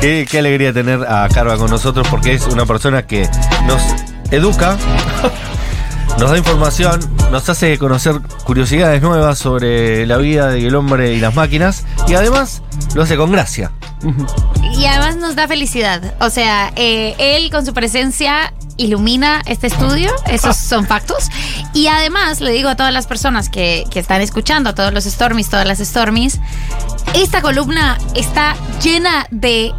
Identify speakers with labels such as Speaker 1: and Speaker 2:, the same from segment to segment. Speaker 1: Qué, qué alegría tener a Carva con nosotros porque es una persona que nos educa, nos da información, nos hace conocer curiosidades nuevas sobre la vida del hombre y las máquinas y además lo hace con gracia.
Speaker 2: Y además nos da felicidad. O sea, eh, él con su presencia ilumina este estudio, esos son factos. Y además le digo a todas las personas que, que están escuchando, a todos los Stormies, todas las Stormies, esta columna está llena de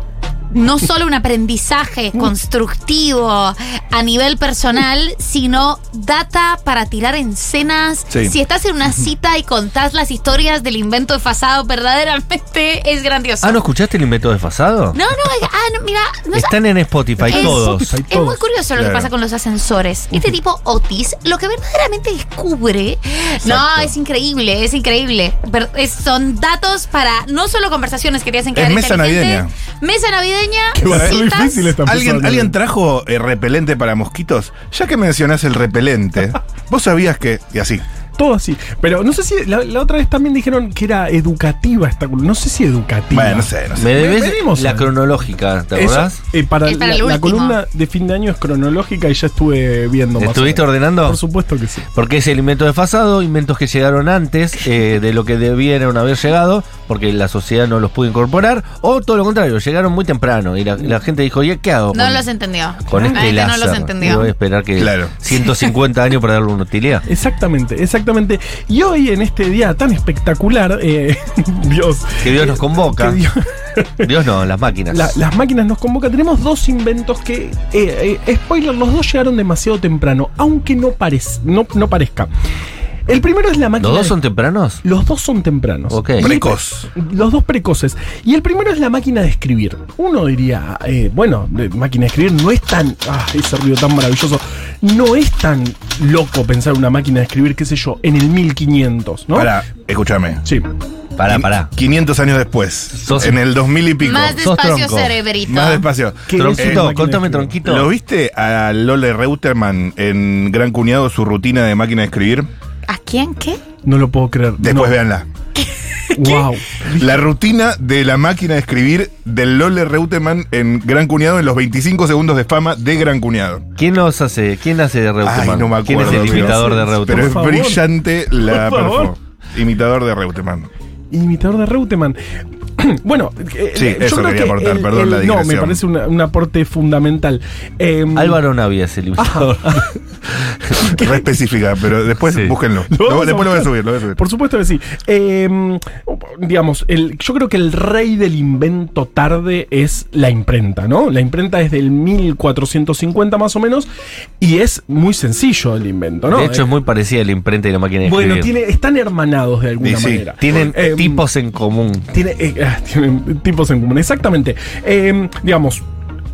Speaker 2: no solo un aprendizaje constructivo a nivel personal, sino data para tirar en cenas.
Speaker 3: Sí.
Speaker 2: Si estás en una cita y contás las historias del invento de fasado, verdaderamente es grandioso.
Speaker 1: Ah, ¿no escuchaste el invento desfasado?
Speaker 2: No, no, es- ah, no, mira, no sa-
Speaker 1: Están en Spotify
Speaker 2: Es-
Speaker 1: todos.
Speaker 3: Spotify.
Speaker 2: es muy
Speaker 3: todos.
Speaker 2: curioso lo que
Speaker 3: Claro.
Speaker 2: pasa con los ascensores. Este tipo Otis, lo que verdaderamente descubre, no, es increíble, es increíble. Pero es- son datos para no solo conversaciones que te hacen quedar
Speaker 3: mesa
Speaker 2: inteligente,
Speaker 3: navideña.
Speaker 2: Mesa navideña.
Speaker 4: Qué va a ser
Speaker 2: citas.
Speaker 4: difícil esta
Speaker 3: ¿Alguien,
Speaker 4: persona.
Speaker 3: ¿Alguien trajo eh, repelente para mosquitos? Ya que mencionás el repelente, vos sabías que. Y así.
Speaker 4: Todo así. Pero no sé si. La, la otra vez también dijeron que era educativa esta columna. No sé si educativa.
Speaker 3: Bueno, no sé, no sé.
Speaker 1: Me debes
Speaker 4: Venimos
Speaker 1: la
Speaker 4: a-
Speaker 1: cronológica, ¿te
Speaker 4: Eso,
Speaker 1: acordás?
Speaker 4: eh, para
Speaker 2: Es para
Speaker 4: la,
Speaker 2: el
Speaker 4: la
Speaker 2: último.
Speaker 4: columna de fin de año es cronológica y ya estuve viendo más.
Speaker 1: ¿Estuviste
Speaker 4: o menos.
Speaker 1: ordenando?
Speaker 4: Por supuesto que sí.
Speaker 1: Porque es el invento desfasado, inventos que llegaron antes eh, de lo que debieron haber llegado, porque la sociedad no los pudo incorporar, o todo lo contrario, llegaron muy temprano y la, la gente dijo, ¿y qué hago?
Speaker 2: No
Speaker 1: con-
Speaker 2: los entendió.
Speaker 1: con
Speaker 2: La
Speaker 1: este
Speaker 2: gente
Speaker 1: láser.
Speaker 2: no los entendió.
Speaker 1: Voy a esperar que
Speaker 3: Claro.
Speaker 1: 150 años para darle una utilidad.
Speaker 4: Exactamente, exactamente. Y hoy en este día tan espectacular, eh, Dios. Eh,
Speaker 1: Que Dios nos convoca.
Speaker 4: que Dios-
Speaker 1: Dios no, las máquinas.
Speaker 4: la- las máquinas nos convocan. Tenemos dos inventos que, eh, eh, spoiler, los dos llegaron demasiado temprano, aunque no, parez- no, no parezca. El primero es la máquina.
Speaker 1: ¿Los dos
Speaker 4: de-
Speaker 1: son tempranos?
Speaker 4: Los dos son tempranos.
Speaker 1: Ok.
Speaker 4: Y-
Speaker 3: Precoz.
Speaker 4: Los dos precoces. Y el primero es la máquina de escribir. Uno diría, eh, bueno, de- máquina de escribir no es tan. Ah, ese ruido tan maravilloso. No es tan loco pensar una máquina de escribir, qué sé yo, en el 1500, ¿no?
Speaker 3: Pará, escúchame.
Speaker 4: Sí.
Speaker 1: Pará, pará.
Speaker 3: 500 años después.
Speaker 1: Sos-
Speaker 3: en el 2000 y pico.
Speaker 2: Más
Speaker 1: Sos
Speaker 2: despacio,
Speaker 1: tronco.
Speaker 2: cerebrito.
Speaker 3: Más despacio.
Speaker 4: ¿Qué es una
Speaker 1: Tronquito,
Speaker 4: máquina
Speaker 1: contame,
Speaker 4: de escribir?
Speaker 1: tronquito.
Speaker 3: ¿Lo viste a Lole Reuterman en Gran Cuñado, su rutina de máquina de escribir?
Speaker 2: ¿A quién qué?
Speaker 4: No lo puedo creer.
Speaker 3: Después véanla.
Speaker 4: Wow.
Speaker 3: La rutina de la máquina de escribir de Lole Reutemann en Gran Cuñado en los 25 segundos de fama de Gran Cuñado.
Speaker 1: ¿Quién los hace? ¿Quién hace de Reutemann?
Speaker 3: Ay, no me acuerdo.
Speaker 1: ¿Quién es el
Speaker 3: pero-
Speaker 1: imitador de Reutemann?
Speaker 3: Pero es
Speaker 4: Por favor.
Speaker 3: brillante la
Speaker 4: Por favor.
Speaker 3: perfo. Imitador de Reutemann.
Speaker 4: Imitador de Reutemann. Bueno, eh,
Speaker 3: Sí,
Speaker 4: eh,
Speaker 3: eso quería aportar, perdón la
Speaker 4: No, me
Speaker 3: digresión.
Speaker 4: parece una- un aporte fundamental. Eh,
Speaker 1: Álvaro Navia es el
Speaker 4: Ah,
Speaker 1: imitador.
Speaker 3: Re específica, pero después
Speaker 1: Sí.
Speaker 3: búsquenlo.
Speaker 4: Lo vamos
Speaker 3: Lo-
Speaker 4: a
Speaker 3: después lo voy a
Speaker 4: buscar.
Speaker 3: subir, lo voy a subir.
Speaker 4: Por supuesto que sí. Eh, digamos, el, yo creo que el rey del invento tarde es la imprenta, ¿no? La imprenta es del 1450 más o menos y es muy sencillo el invento, ¿no? eh.
Speaker 1: de hecho, es muy parecida a la imprenta y la máquina de escribir.
Speaker 4: bueno, tiene, están hermanados de alguna
Speaker 3: Y sí,
Speaker 4: manera.
Speaker 1: Tienen
Speaker 4: Em,
Speaker 1: tipos en común.
Speaker 4: Tiene, eh, ah, tienen tipos en común, exactamente. Eh, digamos,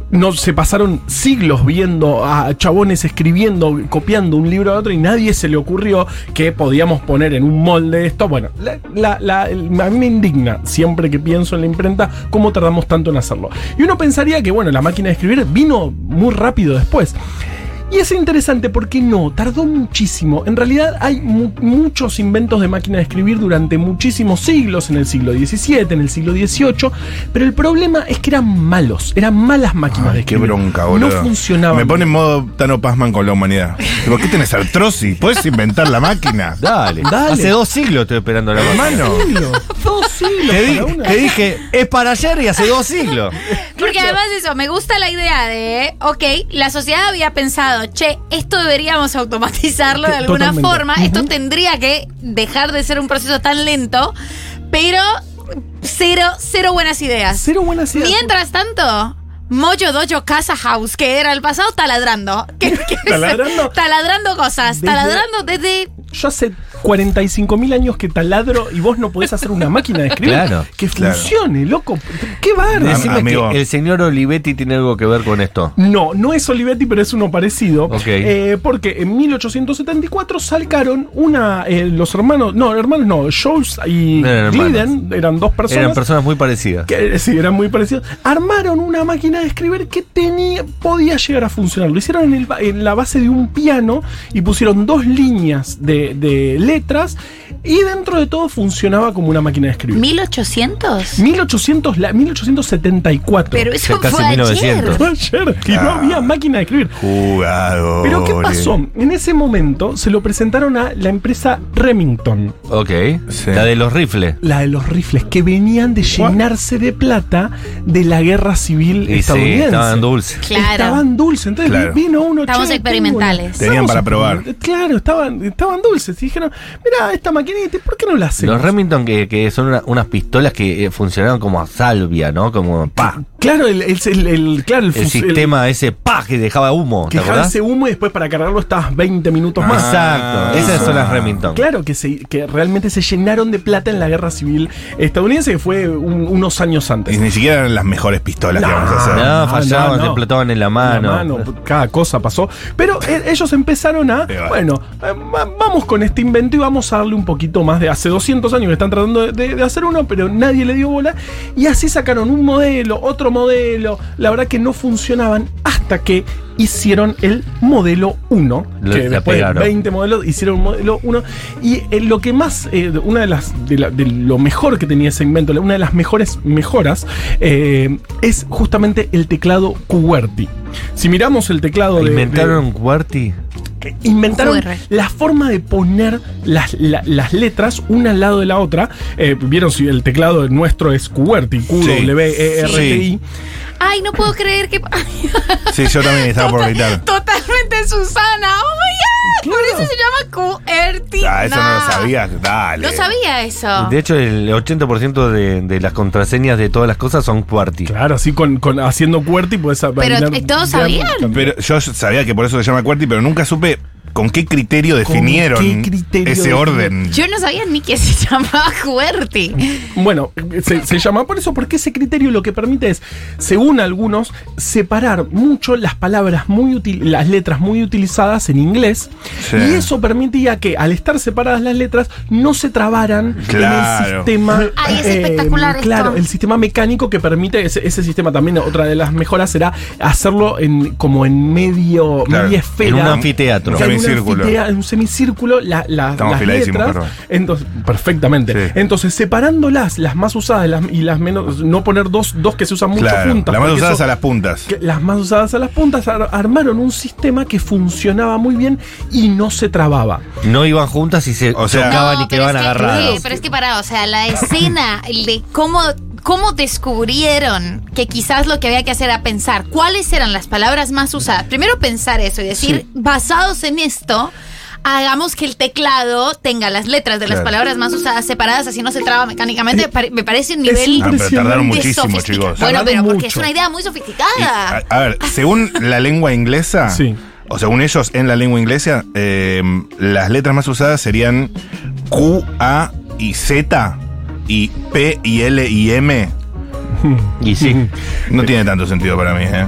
Speaker 4: no se pasaron siglos viendo a chabones escribiendo, copiando un libro a otro y nadie se le ocurrió que podíamos poner en un molde esto. Bueno, la- la- la- el- a mí me indigna siempre que pienso en la imprenta cómo tardamos tanto en hacerlo. Y uno pensaría que, bueno, la máquina de escribir vino muy rápido después. Y es interesante porque no, tardó muchísimo. En realidad hay mu- muchos inventos de máquina de escribir durante muchísimos siglos, en el siglo XVII, en el siglo XVIII, pero el problema es que eran malos, eran malas máquinas de
Speaker 3: Ay, qué
Speaker 4: escribir.
Speaker 3: bronca, boludo.
Speaker 4: No funcionaban.
Speaker 3: Me pone en modo Tano Pazman con la humanidad. ¿Por qué tenés artrosis? Puedes inventar la máquina.
Speaker 1: Dale.
Speaker 4: Dale.
Speaker 1: Hace dos siglos estoy esperando la máquina.
Speaker 3: Hermano.
Speaker 4: Siglo, dos siglos
Speaker 1: Te, di-
Speaker 4: para una.
Speaker 1: te dije, es para ayer y hace dos siglos.
Speaker 2: Porque además de eso, me gusta la idea de, ok, la sociedad había pensado, che, esto deberíamos automatizarlo de
Speaker 4: Que-
Speaker 2: alguna
Speaker 4: totalmente.
Speaker 2: forma,
Speaker 4: Ujú.
Speaker 2: esto tendría que dejar de ser un proceso tan lento, pero cero, cero buenas ideas.
Speaker 4: Cero buenas ideas.
Speaker 2: Mientras tanto, Moyo Dojo Casa House, que era el pasado, taladrando. Que- que-
Speaker 4: ¿Taladrando?
Speaker 2: taladrando cosas,
Speaker 4: Desde-
Speaker 2: taladrando desde...
Speaker 4: Yo hace 45.000 años que taladro y vos no podés hacer una máquina de escribir
Speaker 1: Claro,
Speaker 4: que
Speaker 3: claro.
Speaker 4: funcione, loco. Qué bárbaro.
Speaker 3: Am-
Speaker 1: Decime
Speaker 3: amigo.
Speaker 1: que el señor Olivetti tiene algo que ver con esto.
Speaker 4: No, no es Olivetti, pero es uno parecido.
Speaker 1: Ok.
Speaker 4: Eh, porque en 1874 sacaron una. eh, los hermanos. No, hermanos no. Scholes y
Speaker 1: No eran hermanos.
Speaker 4: Glidden eran dos personas.
Speaker 1: Eran personas muy parecidas.
Speaker 4: que, eh, sí, eran muy parecidos. Armaron una máquina de escribir que tenía, podía llegar a funcionar. Lo hicieron en, el ba- en la base de un piano y pusieron dos líneas de, de letras y dentro de todo funcionaba como una máquina de escribir.
Speaker 2: 1800.
Speaker 4: 1800, la- 1874.
Speaker 2: Pero eso
Speaker 1: Casi
Speaker 2: fue
Speaker 1: 1900.
Speaker 2: ayer.
Speaker 4: Fue ayer y
Speaker 1: Ah.
Speaker 4: no había máquina de escribir.
Speaker 3: Jugador.
Speaker 4: Pero ¿qué pasó? En ese momento se lo presentaron a la empresa Remington,
Speaker 1: Ok.
Speaker 3: Sí.
Speaker 1: La de los rifles.
Speaker 4: la de los rifles, que venían de llenarse de plata de la guerra civil
Speaker 1: Y sí,
Speaker 4: estadounidense.
Speaker 1: estaban dulces.
Speaker 2: Claro.
Speaker 4: Estaban dulces, entonces
Speaker 3: Claro.
Speaker 4: vino
Speaker 2: Estamos
Speaker 4: uno "Che, tengo una-
Speaker 2: experimentales".
Speaker 3: Tenían para probar.
Speaker 4: experiment- Claro, estaban, estaban dulces. Y dijeron, mira, esta maquinita, ¿por qué no la hacemos?
Speaker 1: Los Remington que, que son una- unas pistolas que eh, funcionaban como a salvia, ¿no? Como pa.
Speaker 4: Claro, el, el, el- el- claro,
Speaker 1: El
Speaker 4: el, fus- el-
Speaker 1: sistema ese pa que dejaba humo, ¿te
Speaker 4: que dejaba
Speaker 1: acordás? Ah,
Speaker 4: ese humo y después para cargarlo estabas 20 minutos más.
Speaker 1: Exacto, esas son las Remington.
Speaker 4: Claro, que, se, que realmente se llenaron de plata en la guerra civil estadounidense, que fue un- unos años
Speaker 3: Y
Speaker 4: antes.
Speaker 3: ni siquiera eran las mejores pistolas que
Speaker 4: No.
Speaker 3: vamos a hacer.
Speaker 1: No, fallaban,
Speaker 4: Ah, no,
Speaker 1: te
Speaker 4: no.
Speaker 1: explotaban en la mano.
Speaker 4: La mano, cada cosa pasó. Pero eh, ellos empezaron a,
Speaker 3: Te va.
Speaker 4: bueno, eh, va- vamos con este invento y vamos a darle un poquito más de hace 200 años que están tratando de, de- de hacer uno, pero nadie le dio bola. Y así sacaron un modelo, otro modelo. La verdad que no funcionaban hasta que hicieron el modelo 1,
Speaker 1: Lo-
Speaker 4: que
Speaker 1: la
Speaker 4: después de
Speaker 1: pegaron.
Speaker 4: 20 modelos hicieron un modelo 1 y eh, lo que más eh, una de las de, la- de lo mejor que tenía ese invento, la- una de las mejores mejoras eh, es justamente el teclado QWERTY. Si miramos el teclado de- de-
Speaker 1: Inventaron un QWERTY.
Speaker 4: inventaron
Speaker 2: QR.
Speaker 4: la forma de poner las, la- las letras una al lado de la otra. Eh, Vieron si el teclado nuestro es QWERTY, Q W E R T I.
Speaker 2: Ay, no puedo creer que.
Speaker 3: Sí, yo también estaba por gritar.
Speaker 2: Totalmente Susana. Oh my God. Por eso se llama QWERTY.
Speaker 3: Ah, eso no lo sabías. Dale.
Speaker 2: No sabía eso.
Speaker 1: De hecho, el 80% de, de las contraseñas de todas las cosas son QWERTY.
Speaker 4: Claro, así con, con- haciendo QWERTY puedes
Speaker 2: eh, todos sabían.
Speaker 3: Pero yo sabía que por eso se llama QWERTY, pero nunca supe con qué criterio definieron
Speaker 4: qué criterio
Speaker 3: ese
Speaker 4: definieron?
Speaker 3: orden.
Speaker 2: Yo no sabía ni que se llamaba QWERTY.
Speaker 4: Bueno, se, se llama por eso, porque ese criterio lo que permite es, según algunos, separar mucho las palabras muy útiles, las letras muy utilizadas en inglés.
Speaker 3: Sí.
Speaker 4: Y eso permitía que, al estar separadas las letras, no se trabaran en el
Speaker 3: Claro.
Speaker 4: sistema. eh,
Speaker 2: Ay, es espectacular esto.
Speaker 4: Claro, el sistema mecánico que permite, ese, ese sistema también, otra de las mejoras, era hacerlo en, como en medio,
Speaker 3: Claro,
Speaker 4: media esfera.
Speaker 1: en un anfiteatro.
Speaker 4: En un
Speaker 3: Semicírculo.
Speaker 4: anfitea- en un semicírculo, la- la-
Speaker 3: Estamos
Speaker 4: las
Speaker 3: afiladísimos,
Speaker 4: letras.
Speaker 3: perdón.
Speaker 4: Entonces, perfectamente.
Speaker 3: Sí.
Speaker 4: Entonces, separándolas, las más usadas las- y las menos, no poner dos, dos que se usan mucho
Speaker 3: Claro,
Speaker 4: juntas.
Speaker 3: las más
Speaker 4: porque
Speaker 3: usadas
Speaker 4: eso-
Speaker 3: a las puntas. Ah,
Speaker 4: que las más usadas a las puntas ar- armaron un sistema que funcionaba muy bien y no se trababa.
Speaker 1: No iban juntas y se
Speaker 3: O sea-
Speaker 1: chocaban y
Speaker 2: pero
Speaker 1: quedaban
Speaker 2: es que-
Speaker 1: agarradas.
Speaker 2: sí, pero es que pará, o sea, la escena el de cómo, cómo descubrieron que quizás lo que había que hacer era pensar cuáles eran las palabras más usadas. Primero pensar eso y decir, basados en esto. Hagamos que el teclado tenga las letras de las
Speaker 3: Claro.
Speaker 2: palabras más usadas separadas, así no se traba mecánicamente. Pare- Me parece un
Speaker 4: Es
Speaker 2: nivel
Speaker 3: Ah, pero tardaron
Speaker 2: de
Speaker 3: muchísimo,
Speaker 2: sofistica-
Speaker 3: chicos.
Speaker 2: Bueno,
Speaker 4: Tardaron
Speaker 2: pero porque es
Speaker 4: mucho.
Speaker 2: una idea muy
Speaker 3: Y, ah, a,
Speaker 2: sofisticada.
Speaker 3: a ver, según la lengua inglesa,
Speaker 4: Sí.
Speaker 3: o según ellos en la lengua inglesa, eh, las letras más usadas serían Q, A y Z y P y L y M.
Speaker 1: Y sí.
Speaker 3: No tiene tanto sentido para mí, ¿eh?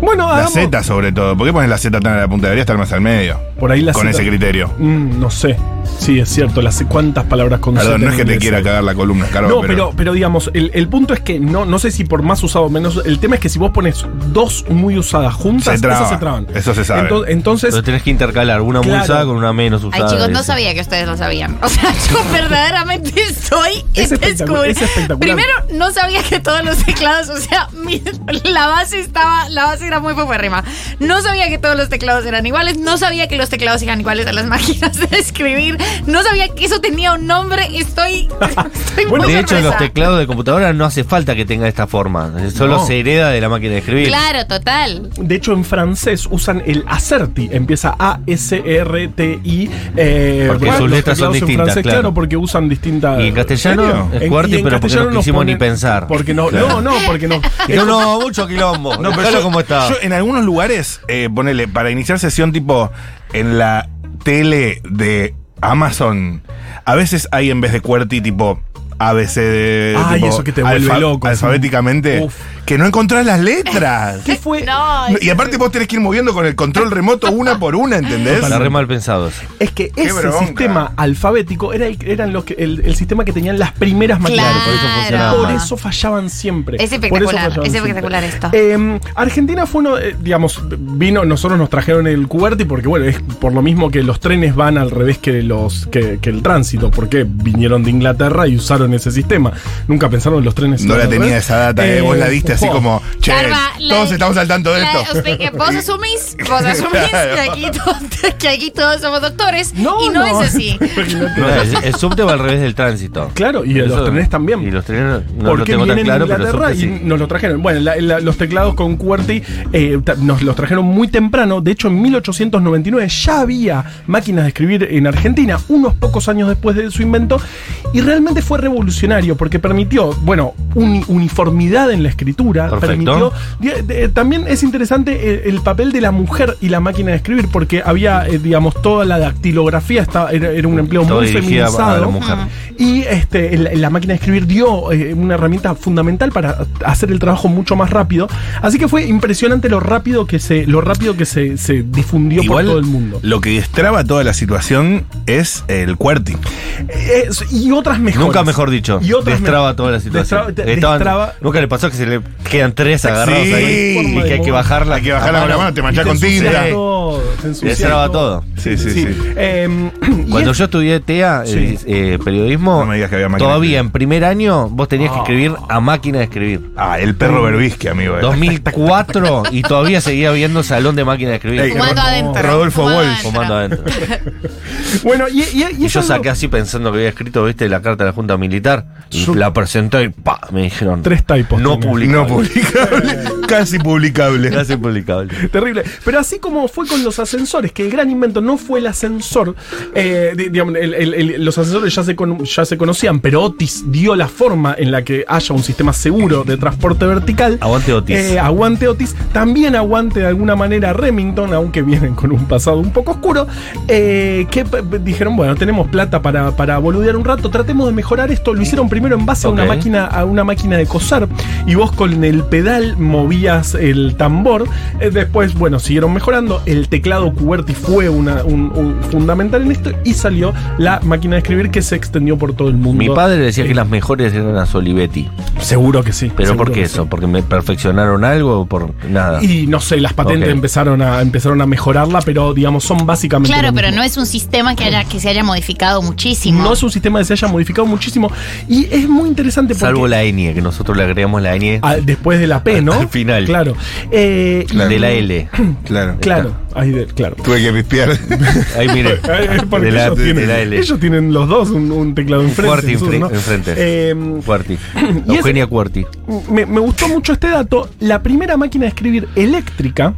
Speaker 4: Bueno,
Speaker 3: La
Speaker 4: hagamos-
Speaker 3: Z sobre todo. ¿Por qué pones la Z tan a la punta? Debería estar más al medio.
Speaker 4: Por ahí la
Speaker 3: Con
Speaker 4: Z-
Speaker 3: ese criterio.
Speaker 4: Mm, no sé. Sí, es cierto. Las, ¿Cuántas palabras con
Speaker 3: Perdón,
Speaker 4: Z
Speaker 3: no es
Speaker 4: en
Speaker 3: que te
Speaker 4: inglés?
Speaker 3: quiera cagar la columna, Caro,
Speaker 4: No, pero, pero, digamos, el, el punto es que no, no sé si por más usado o menos. El tema es que si vos pones dos muy usadas juntas,
Speaker 3: Se traba.
Speaker 4: esas se traban.
Speaker 3: Eso se sabe.
Speaker 4: Ento- Entonces,
Speaker 1: Lo tenés que intercalar, una muy
Speaker 4: Claro.
Speaker 1: usada con una menos usada.
Speaker 2: Ay, chicos, no
Speaker 1: Eso.
Speaker 2: sabía que ustedes lo sabían. O sea, yo verdaderamente estoy
Speaker 4: Es
Speaker 2: en
Speaker 4: espectacu-
Speaker 2: descubri-
Speaker 4: es espectacular.
Speaker 2: Primero, no sabía que todos los teclados, o sea, mi- la base estaba, la base era muy popérrima. No sabía que todos los teclados eran iguales, no sabía que los teclados eran iguales a las máquinas de escribir, no sabía que eso tenía un nombre, estoy, estoy
Speaker 4: Bueno,
Speaker 2: muy
Speaker 1: de hecho,
Speaker 2: sorpresa.
Speaker 1: los teclados de computadora no hace falta que tenga esta forma. Solo
Speaker 4: No.
Speaker 1: se hereda de la máquina de escribir.
Speaker 2: Claro, total.
Speaker 4: De hecho, en francés usan el acerti, empieza A-S-R-T-I. eh,
Speaker 1: Porque
Speaker 4: bueno,
Speaker 1: sus
Speaker 4: los
Speaker 1: letras son
Speaker 4: teclados en
Speaker 1: distintas,
Speaker 4: francés,
Speaker 1: claro.
Speaker 4: claro, porque usan distintas.
Speaker 1: Y en
Speaker 3: ¿En
Speaker 1: castellano
Speaker 3: serio?
Speaker 1: es cuarti,
Speaker 4: y en
Speaker 1: pero porque
Speaker 4: castellano
Speaker 1: no
Speaker 4: nos
Speaker 1: quisimos ni
Speaker 4: ponen-
Speaker 1: pensar.
Speaker 4: Porque no, no, no, porque no.
Speaker 1: No, no, mucho quilombo. No, pero
Speaker 3: yo-
Speaker 1: cómo está.
Speaker 3: yo en algunos lugares, eh, ponele, para iniciar sesión tipo en la tele de Amazon, a veces hay en vez de QWERTY tipo ABC de
Speaker 4: Ay,
Speaker 3: tipo,
Speaker 4: eso que te vuelve loco, sí.
Speaker 3: Alfabéticamente,
Speaker 4: Uf.
Speaker 3: que no encontrás las letras.
Speaker 4: ¿Qué fue?
Speaker 2: No,
Speaker 3: Y aparte vos tenés que ir moviendo con el control remoto una por una, ¿entendés?
Speaker 1: Está re mal pensados.
Speaker 4: Es que
Speaker 3: Qué
Speaker 4: ese
Speaker 3: bronca.
Speaker 4: sistema alfabético era el, eran los que- el, el sistema que tenían las primeras
Speaker 2: Claro,
Speaker 4: máquinas.
Speaker 1: por eso funcionaba
Speaker 4: Por
Speaker 1: mal.
Speaker 4: eso fallaban siempre.
Speaker 2: Es
Speaker 4: Por eso
Speaker 2: espectacular,
Speaker 4: fallaban
Speaker 2: es
Speaker 4: siempre.
Speaker 2: espectacular esto.
Speaker 4: Eh, Argentina fue uno, eh, digamos, vino, nosotros nos trajeron el QWERTY porque, bueno, es por lo mismo que los trenes van al revés que, los, que, que el tránsito, porque vinieron de Inglaterra y usaron ese sistema. Nunca pensaron los trenes.
Speaker 3: No la
Speaker 4: al
Speaker 3: tenía
Speaker 4: revés.
Speaker 3: esa data, ¿eh?
Speaker 4: Eh,
Speaker 3: vos la diste así
Speaker 4: jo.
Speaker 3: como, che,
Speaker 2: Carva, la-
Speaker 3: todos estamos al tanto de
Speaker 2: la-
Speaker 3: esto.
Speaker 2: usted que vos asumís, vos asumís que, aquí todos, que aquí todos somos doctores
Speaker 4: No,
Speaker 2: y no,
Speaker 4: no.
Speaker 2: es así.
Speaker 1: No, el, el subte va al revés del tránsito.
Speaker 4: Claro, y los trenes también.
Speaker 1: Y los trenes no lo
Speaker 4: porque
Speaker 1: tengo tan
Speaker 4: vienen
Speaker 1: claro,
Speaker 4: de
Speaker 1: pero el
Speaker 4: Inglaterra
Speaker 1: subte
Speaker 4: y
Speaker 1: sí.
Speaker 4: nos lo trajeron. Bueno, la- la- los teclados con QWERTY eh, ta- nos los trajeron muy temprano. De hecho, en 1899 ya había máquinas de escribir en Argentina, unos pocos años después de su invento, y realmente fue revolucionario porque permitió, bueno, uni- uniformidad en la escritura,
Speaker 1: Perfecto.
Speaker 4: permitió Di- de- También es interesante eh, el papel de la mujer y la máquina de escribir, porque había, eh, digamos, toda la dactilografía estaba, era, era un empleo
Speaker 1: Todo
Speaker 4: muy
Speaker 1: dirigida
Speaker 4: feminizado.
Speaker 1: a la mujer.
Speaker 4: Y este, el- la máquina de escribir dio eh, una herramienta fundamental para hacer el trabajo mucho más rápido. Así que fue impresionante lo rápido que se, lo rápido que se, se difundió por todo el mundo.
Speaker 3: lo que destraba toda la situación es el QWERTY.
Speaker 4: Es- y otras mejoras.
Speaker 1: Nunca mejor dicho.
Speaker 4: Y otras
Speaker 1: Destraba
Speaker 4: me-
Speaker 1: toda la situación.
Speaker 4: Destraba- de-
Speaker 1: Estaban-
Speaker 4: destraba-
Speaker 1: Nunca le pasó que se le quedan tres agarrados
Speaker 3: Sí.
Speaker 1: ahí y que hay que bajarla.
Speaker 3: Hay que bajarla con la mano, te
Speaker 4: Y te
Speaker 3: manchás con
Speaker 4: ensucia
Speaker 3: tinta.
Speaker 4: todo, te ensucia
Speaker 1: Destraba todo.
Speaker 3: Sí, sí, sí.
Speaker 4: Eh, y
Speaker 1: Cuando
Speaker 4: es-
Speaker 1: yo estudié TEA, eh,
Speaker 4: Sí.
Speaker 1: eh, periodismo,
Speaker 3: No me digas que había máquina de
Speaker 1: todavía
Speaker 3: escribir. Oh.
Speaker 1: en primer año vos tenías que
Speaker 4: Ah.
Speaker 1: escribir a máquina de escribir.
Speaker 3: Ah, el perro Berbisque, amigo. eh.
Speaker 1: 2004 y todavía seguía viendo salón de máquina de
Speaker 3: Ey,
Speaker 1: escribir.
Speaker 2: Fumando
Speaker 3: Ro-
Speaker 2: adentro.
Speaker 3: Rodolfo
Speaker 2: fumando
Speaker 3: Walsh.
Speaker 2: adentro.
Speaker 1: Fumando adentro.
Speaker 4: Bueno, y, y- y
Speaker 1: Y
Speaker 4: eso
Speaker 1: yo
Speaker 4: es lo-
Speaker 1: saqué así pensando que había escrito, viste, la carta de la Junta Militar. Y
Speaker 4: Yo-
Speaker 1: la presenté y pa, me dijeron.
Speaker 4: Tres typos
Speaker 1: No
Speaker 4: tenía.
Speaker 1: publicable.
Speaker 3: No publicable. Casi publicable.
Speaker 1: Casi publicable.
Speaker 4: Terrible. Pero así como fue con los ascensores, que el gran invento no fue el ascensor, eh, di- digamos, el- el- el- los ascensores ya se, con- ya se conocían, pero Otis dio la forma en la que haya un sistema seguro de transporte vertical.
Speaker 1: Aguante Otis.
Speaker 4: Eh, aguante Otis. También aguante de alguna manera Remington, aunque vienen con un pasado un poco oscuro, eh, que p- p- dijeron, bueno, tenemos plata para, para boludear un rato, tratemos de mejorar esto. Lo hicieron primero en base a una
Speaker 1: Ok.
Speaker 4: máquina máquina- a una máquina de coser y vos con el pedal movías el tambor. Eh, Después, bueno, siguieron mejorando. El teclado QWERTY fue una, un, un fundamental en esto y salió la máquina de escribir que se extendió por todo el mundo.
Speaker 1: Mi padre decía
Speaker 4: Eh,
Speaker 1: que las mejores eran las Olivetti.
Speaker 4: Seguro que sí.
Speaker 1: ¿Pero
Speaker 4: seguro
Speaker 1: por qué
Speaker 4: que
Speaker 1: eso? ¿Porque me perfeccionaron algo o por nada?
Speaker 4: sí. Y este no sé, las patentes
Speaker 1: Ah. Ok.
Speaker 4: empezaron, a, empezaron a mejorarla, pero digamos, son básicamente.
Speaker 2: Claro,
Speaker 4: lo
Speaker 2: pero
Speaker 4: mismo.
Speaker 2: no es un sistema que, haya, que se haya modificado muchísimo.
Speaker 4: No es un sistema que se haya modificado muchísimo. Y es muy interesante porque.
Speaker 1: Salvo la ñ, que nosotros le agregamos la ñ
Speaker 4: Ah, después de la P, ¿no?
Speaker 1: Al final.
Speaker 4: Claro. Eh, y-
Speaker 1: de la L.
Speaker 3: Claro.
Speaker 4: Claro, ahí de- claro.
Speaker 3: Tuve que pispear.
Speaker 1: Ahí mire.
Speaker 4: Eh, eh, Porque
Speaker 1: de, la,
Speaker 4: ellos,
Speaker 1: de
Speaker 4: tienen,
Speaker 1: la L.
Speaker 4: ellos tienen los dos un, un teclado enfrente.
Speaker 1: Cuarti
Speaker 4: en sur,
Speaker 1: enfre-
Speaker 4: ¿no?
Speaker 1: enfrente.
Speaker 4: Eh,
Speaker 1: Cuarti.
Speaker 4: Y es-
Speaker 1: Eugenia Cuarti.
Speaker 4: me, me gustó mucho este dato. La primera máquina de escribir eléctrica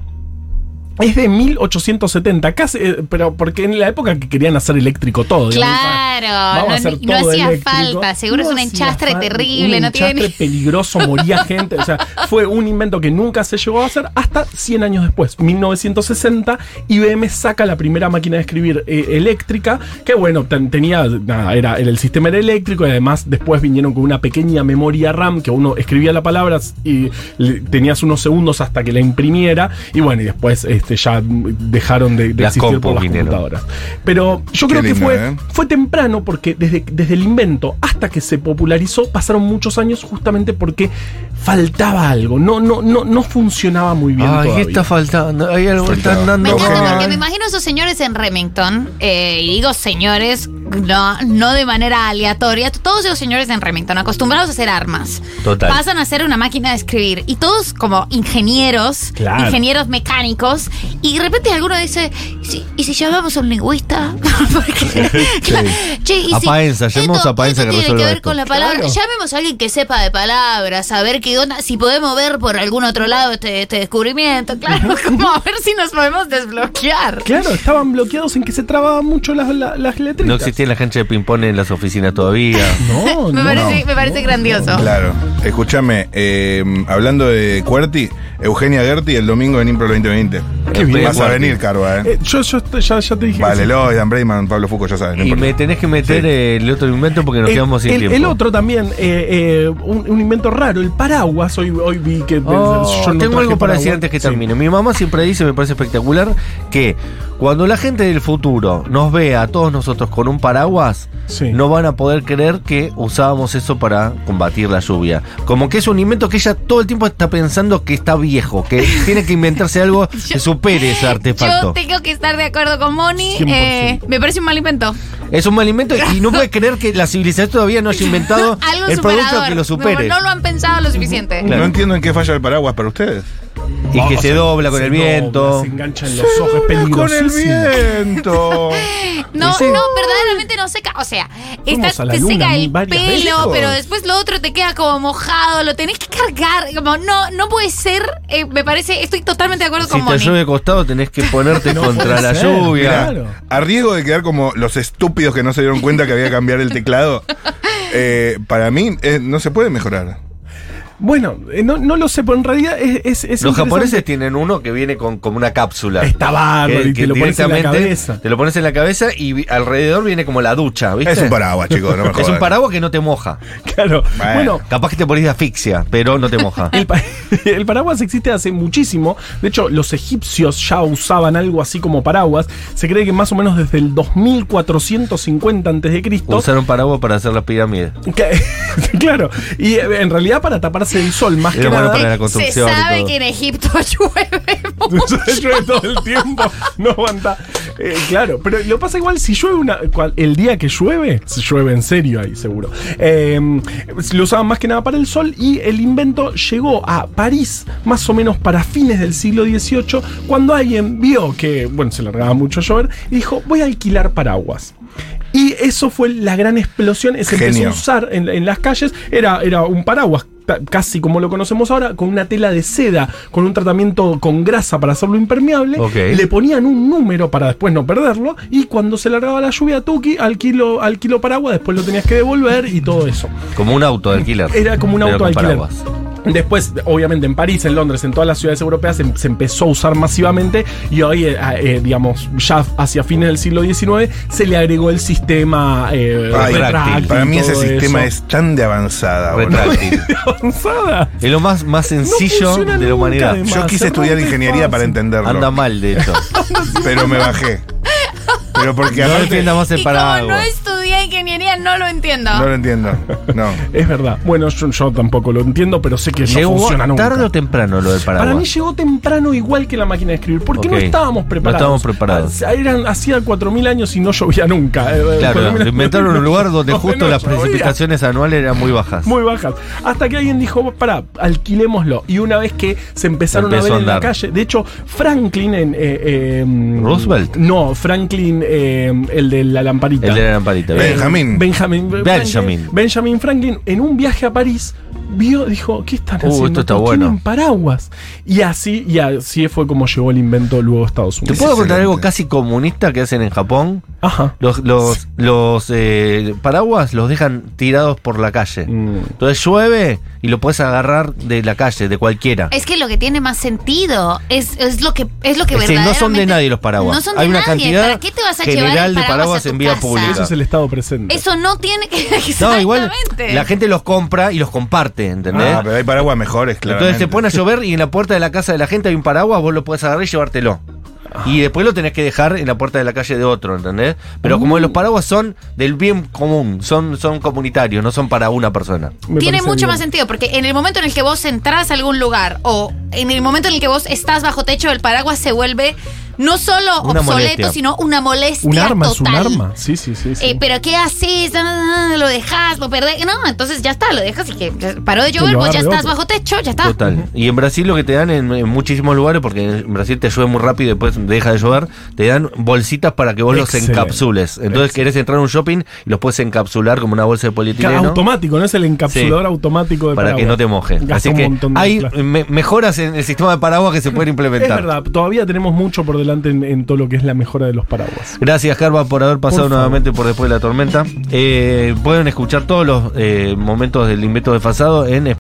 Speaker 4: es de 1870, casi, eh, pero porque en la época que querían hacer eléctrico todo. digamos,
Speaker 2: Claro,
Speaker 4: Vamos a
Speaker 2: no,
Speaker 4: hacer
Speaker 2: no
Speaker 4: todo
Speaker 2: hacía
Speaker 4: eléctrico.
Speaker 2: falta. Seguro
Speaker 4: No
Speaker 2: es un
Speaker 4: hacía
Speaker 2: enchastre
Speaker 4: falta,
Speaker 2: terrible,
Speaker 4: un
Speaker 2: no tiene
Speaker 4: enchastre peligroso, moría gente. O sea, fue un invento que nunca se llegó a hacer hasta 100 años después, 1960. IBM saca la primera máquina de escribir eh, eléctrica, que bueno, ten- tenía, nada, era, era- el sistema era eléctrico y además después vinieron con una pequeña memoria RAM que uno escribía las palabras y le- tenías unos segundos hasta que la imprimiera. Y bueno, y después este, ya mm, dejaron de, de
Speaker 1: Las
Speaker 4: existir por
Speaker 1: compu
Speaker 4: las
Speaker 1: vinieron.
Speaker 4: computadoras. Pero yo
Speaker 3: Qué
Speaker 4: creo que
Speaker 3: lindo,
Speaker 4: fue
Speaker 3: ¿eh?
Speaker 4: fue temprano porque desde, desde el invento hasta que se popularizó pasaron muchos años justamente porque faltaba algo, no, no, no, no funcionaba muy bien. todavía.
Speaker 1: faltando. Hay algo
Speaker 3: Faltaba.
Speaker 2: Me encanta
Speaker 3: Ojalá.
Speaker 2: porque me imagino esos señores en Remington, eh, y digo señores, no, no de manera aleatoria, todos esos señores en Remington, acostumbrados a hacer armas,
Speaker 1: Total.
Speaker 2: pasan a hacer una máquina de escribir, y todos como ingenieros,
Speaker 4: Claro.
Speaker 2: ingenieros mecánicos, y de repente alguno dice, ¿y si, y si llamamos a un lingüista? Porque, che, ¿y
Speaker 1: A
Speaker 2: si
Speaker 1: Paenza, llamemos
Speaker 2: esto-
Speaker 1: a Paenza
Speaker 2: esto
Speaker 1: que
Speaker 2: tiene que
Speaker 1: resuelva
Speaker 2: ver
Speaker 1: esto.
Speaker 2: con la palabra.
Speaker 4: Claro.
Speaker 2: Llamemos a alguien que sepa de palabras, a ver qué onda, si podemos ver por algún otro lado este, este descubrimiento, claro, como a ver si nos podemos desbloquear.
Speaker 4: Claro, estaban bloqueados en que se trababan mucho las, la- las letritas.
Speaker 1: No existía la cancha de ping-pong en las oficinas todavía.
Speaker 4: No,
Speaker 2: Me
Speaker 4: no. Eh,
Speaker 2: parece, me parece grandioso.
Speaker 3: Claro. Escúchame, eh, hablando de QWERTY, Eugenia Gerti el domingo en Impro 2020.
Speaker 4: Qué bien.
Speaker 3: Vas a
Speaker 1: Gerti.
Speaker 3: venir, Carva, ¿eh?
Speaker 4: Eh, yo yo estoy- ya, ya te dije. que
Speaker 3: Vale,
Speaker 4: sí.
Speaker 3: Loy, Dan Brayman, Pablo Foucault, ya sabes. no
Speaker 1: Y
Speaker 3: importa.
Speaker 1: me tenés que meter
Speaker 3: Sí.
Speaker 1: el otro invento porque nos
Speaker 4: El-
Speaker 1: quedamos sin
Speaker 4: el,
Speaker 1: tiempo.
Speaker 4: el otro también, eh, eh, un, un invento raro, el paraguas. Hoy, hoy vi que.
Speaker 1: Oh,
Speaker 4: yo no
Speaker 1: tengo
Speaker 4: traje
Speaker 1: algo para decir
Speaker 4: paraguas.
Speaker 1: antes que
Speaker 4: Sí.
Speaker 1: termine. Mi mamá siempre dice, me parece espectacular, que cuando la gente del futuro nos vea a todos nosotros con un paraguas,
Speaker 4: Sí.
Speaker 1: no van a poder creer que usábamos eso para combatir la lluvia. Como que es un invento que ella todo el tiempo está pensando que está viejo, que tiene que inventarse algo que supere ese
Speaker 2: Yo
Speaker 1: artefacto.
Speaker 2: tengo que estar de acuerdo con Moni.
Speaker 4: 100%.
Speaker 2: eh, me parece un mal invento.
Speaker 1: Es un mal invento y no puede creer que la civilización todavía no haya inventado
Speaker 2: Algo
Speaker 1: el producto
Speaker 2: superador.
Speaker 1: que lo supere.
Speaker 2: No, no lo han pensado lo suficiente.
Speaker 1: Claro.
Speaker 3: No entiendo en qué falla el paraguas para ustedes.
Speaker 1: Y que
Speaker 4: Ah,
Speaker 1: se
Speaker 4: o sea,
Speaker 1: dobla con
Speaker 4: se
Speaker 1: el
Speaker 4: dobla,
Speaker 1: viento.
Speaker 4: Se engancha en los ojos, es
Speaker 3: con el
Speaker 4: peligrosísimo.
Speaker 3: viento.
Speaker 2: No,
Speaker 1: Pues Sí.
Speaker 2: no, verdaderamente no seca. O sea,
Speaker 4: Fuimos
Speaker 2: está-
Speaker 4: a la
Speaker 2: te
Speaker 4: luna
Speaker 2: seca el pelo,
Speaker 4: varias veces.
Speaker 2: pero después lo otro te queda como mojado, lo tenés que cargar. Como, no, no puede ser. eh, me parece, estoy totalmente de acuerdo
Speaker 1: Si
Speaker 2: con
Speaker 1: te
Speaker 2: Moni.
Speaker 1: llueve costado tenés que ponerte
Speaker 4: No
Speaker 1: contra
Speaker 4: puede
Speaker 1: la
Speaker 4: ser,
Speaker 1: lluvia.
Speaker 4: mirá.
Speaker 3: Mira, a riesgo de quedar como los estúpidos que no se dieron cuenta que había que cambiar el teclado, eh, para mí eh, no se puede mejorar.
Speaker 4: Bueno, eh, no, no lo sé, pero en realidad es. es- es
Speaker 1: Los
Speaker 4: interesante.
Speaker 1: japoneses tienen uno que viene con como una cápsula.
Speaker 4: Está bárbaro
Speaker 1: Que-
Speaker 4: y
Speaker 1: que
Speaker 4: te lo pones en la
Speaker 1: directamente
Speaker 4: cabeza.
Speaker 1: Te lo pones en la cabeza y vi- alrededor viene como la ducha, ¿viste?
Speaker 3: Es un paraguas, chicos. No me
Speaker 1: Es un
Speaker 3: jodan.
Speaker 1: paraguas que no te moja.
Speaker 4: Claro.
Speaker 3: Bueno.
Speaker 4: bueno
Speaker 1: Capaz que te morís de asfixia, pero no te moja.
Speaker 4: El, pa- el paraguas existe hace muchísimo. De hecho, los egipcios ya usaban algo así como paraguas. Se cree que más o menos desde el 2450 antes de Cristo.
Speaker 1: Usaron paraguas para hacer las pirámides.
Speaker 4: que- claro. Y eh, en realidad para taparse del sol, más
Speaker 1: Era
Speaker 4: que
Speaker 1: bueno
Speaker 4: nada.
Speaker 1: para la
Speaker 2: Se
Speaker 1: construcción y
Speaker 2: sabe
Speaker 1: todo.
Speaker 2: que en Egipto llueve mucho.
Speaker 4: llueve todo el tiempo, no aguanta. Eh, claro, pero lo pasa igual, si llueve una, cual- el día que llueve, si llueve en serio ahí, seguro. Eh, lo usaban más que nada para el sol y el invento llegó a París más o menos para fines del siglo XVIII, cuando alguien vio que, bueno, se largaba mucho a llover y dijo, voy a alquilar paraguas. Y eso fue la gran explosión, se empezó
Speaker 3: Genio.
Speaker 4: a usar en, en las calles, era, era un paraguas ta- casi como lo conocemos ahora, con una tela de seda, con un tratamiento con grasa para hacerlo impermeable,
Speaker 1: Ok.
Speaker 4: le ponían un número para después no perderlo, y cuando se largaba la lluvia, Tuki, al kilo, al kilo paraguas, después lo tenías que devolver y todo eso.
Speaker 1: Como un auto de alquiler.
Speaker 4: Era como un
Speaker 1: pero
Speaker 4: auto
Speaker 1: con
Speaker 4: de alquiler.
Speaker 1: paraguas.
Speaker 4: Después, obviamente, en París, en Londres, en todas las ciudades europeas se, se empezó a usar masivamente y hoy, eh, eh, digamos, ya hacia fines del siglo XIX se le agregó el sistema eh,
Speaker 3: Ay,
Speaker 4: retráctil,
Speaker 3: Ah, Para mí ese
Speaker 4: todo
Speaker 3: sistema
Speaker 4: eso.
Speaker 3: es tan de
Speaker 4: Ah,
Speaker 3: avanzada. boludo.
Speaker 1: Retráctil.
Speaker 4: avanzada.
Speaker 1: Es lo más, más sencillo
Speaker 4: funciona
Speaker 1: de la
Speaker 4: nunca,
Speaker 1: humanidad.
Speaker 4: además.
Speaker 3: Yo quise
Speaker 4: Se
Speaker 3: estudiar
Speaker 4: rompe
Speaker 3: ingeniería
Speaker 4: fácil.
Speaker 3: para entenderlo,
Speaker 1: Anda mal, de hecho.
Speaker 3: pero me bajé. Pero porque
Speaker 1: No
Speaker 3: aparte
Speaker 1: defienda más el
Speaker 2: Y como no
Speaker 1: paraguas.
Speaker 2: estudié ingeniería, no lo entiendo.
Speaker 3: no lo entiendo. No.
Speaker 4: Es verdad. Bueno, yo, yo tampoco lo entiendo, pero sé que no
Speaker 1: Llegó
Speaker 4: funciona nunca.
Speaker 1: tarde o temprano lo del paraguas.
Speaker 4: Para mí llegó temprano igual que la máquina de escribir, porque
Speaker 1: Ok.
Speaker 4: no estábamos
Speaker 1: No
Speaker 4: preparados.
Speaker 1: estábamos preparados.
Speaker 4: Ah, Eran, hacía 4.000 años y no llovía nunca. Eh,
Speaker 1: Claro,
Speaker 4: 4.000
Speaker 1: lo inventaron en un lugar donde
Speaker 4: no,
Speaker 1: justo
Speaker 4: no
Speaker 1: las
Speaker 4: llovía.
Speaker 1: precipitaciones anuales eran muy bajas.
Speaker 4: Muy bajas. Hasta que alguien dijo, pará, alquilémoslo. Y una vez que se empezaron
Speaker 1: Empezó
Speaker 4: a
Speaker 1: a
Speaker 4: ver en la
Speaker 1: andar.
Speaker 4: calle, de hecho, Franklin en. eh, eh,
Speaker 1: ¿Roosevelt?
Speaker 4: No, Franklin, eh, el de la lamparita.
Speaker 1: El de la lamparita. bien.
Speaker 3: Benja- Benjamín.
Speaker 4: Benjamin.
Speaker 1: Benjamin.
Speaker 4: eh, Franklin, Benjamin Franklin, en un viaje a París, vio, dijo, ¿qué están
Speaker 1: Uh,
Speaker 4: haciendo?
Speaker 1: esto está
Speaker 4: Tienen
Speaker 1: bueno.
Speaker 4: paraguas. Y así, y así fue como llegó el invento luego a Estados
Speaker 1: ¿Te
Speaker 4: Unidos.
Speaker 1: puedo contar
Speaker 3: Excelente.
Speaker 1: algo casi comunista que hacen en Japón?
Speaker 4: Ajá.
Speaker 1: Los, los, los eh, paraguas los dejan tirados por la calle.
Speaker 4: Mm.
Speaker 1: Entonces llueve y lo puedes agarrar de la calle, de cualquiera.
Speaker 2: Es que lo que tiene más sentido es, es lo que es lo que
Speaker 1: Es decir, no son de
Speaker 2: verdaderamente-
Speaker 1: nadie los paraguas.
Speaker 2: No son de
Speaker 1: Hay una
Speaker 2: nadie.
Speaker 1: cantidad
Speaker 2: ¿Para qué te vas a
Speaker 1: general
Speaker 2: llevar el
Speaker 1: de paraguas
Speaker 2: a tu
Speaker 1: en vía
Speaker 2: casa?
Speaker 1: pública.
Speaker 4: Eso es el estado presente.
Speaker 2: Eso no tiene que
Speaker 1: No, igual
Speaker 2: Exactamente.
Speaker 1: la gente los compra y los comparte, ¿entendés?
Speaker 3: Ah, pero hay paraguas mejores, claro.
Speaker 1: Entonces te pone a llover y en la puerta de la casa de la gente hay un paraguas, vos lo puedes agarrar y llevártelo.
Speaker 4: Ah.
Speaker 1: Y después lo tenés que dejar en la puerta de la calle de otro, ¿entendés? Pero
Speaker 4: Uh.
Speaker 1: como los paraguas son del bien común, son, son comunitarios, no son para una persona.
Speaker 4: Me
Speaker 2: Tiene
Speaker 4: parece
Speaker 2: mucho
Speaker 4: bien.
Speaker 2: más sentido, porque en el momento en el que vos entras a algún lugar o en el momento en el que vos estás bajo techo del paraguas se vuelve no solo
Speaker 1: Una
Speaker 2: obsoleto,
Speaker 1: molestia.
Speaker 2: sino una molestia
Speaker 4: Un arma, es un
Speaker 2: total.
Speaker 4: arma. Sí, sí, sí. sí.
Speaker 2: Eh, pero ¿qué haces? Ah, Lo dejas, lo perdés. No, entonces ya está, lo dejas y que paró de
Speaker 4: Que
Speaker 2: llover,
Speaker 4: lo
Speaker 2: vos ya
Speaker 4: agarre
Speaker 2: estás
Speaker 4: otro.
Speaker 2: bajo techo, ya está.
Speaker 1: Total. Y en Brasil lo que te dan en, en muchísimos lugares, porque en Brasil te llueve muy rápido y después deja de llover, te dan bolsitas para que vos
Speaker 4: Excelente.
Speaker 1: los encapsules. Entonces querés entrar a un shopping y los puedes encapsular como una bolsa de
Speaker 4: Ca-
Speaker 1: polietileno.
Speaker 4: automático, ¿no? Es el encapsulador
Speaker 1: Sí.
Speaker 4: automático de
Speaker 1: Para que
Speaker 4: paraguas.
Speaker 1: no te moje.
Speaker 4: Gasta
Speaker 1: Así
Speaker 4: un
Speaker 1: que
Speaker 4: montón de
Speaker 1: hay
Speaker 4: plástico.
Speaker 1: me- mejoras en el sistema de paraguas que se pueden
Speaker 4: Es
Speaker 1: implementar.
Speaker 4: verdad, todavía tenemos mucho por delante en, en todo lo que es la mejora de los paraguas.
Speaker 1: Gracias, Carva, por haber pasado
Speaker 4: Por favor.
Speaker 1: nuevamente por Después de la Tormenta. Eh, pueden escuchar todos los eh, momentos del invento desfasado en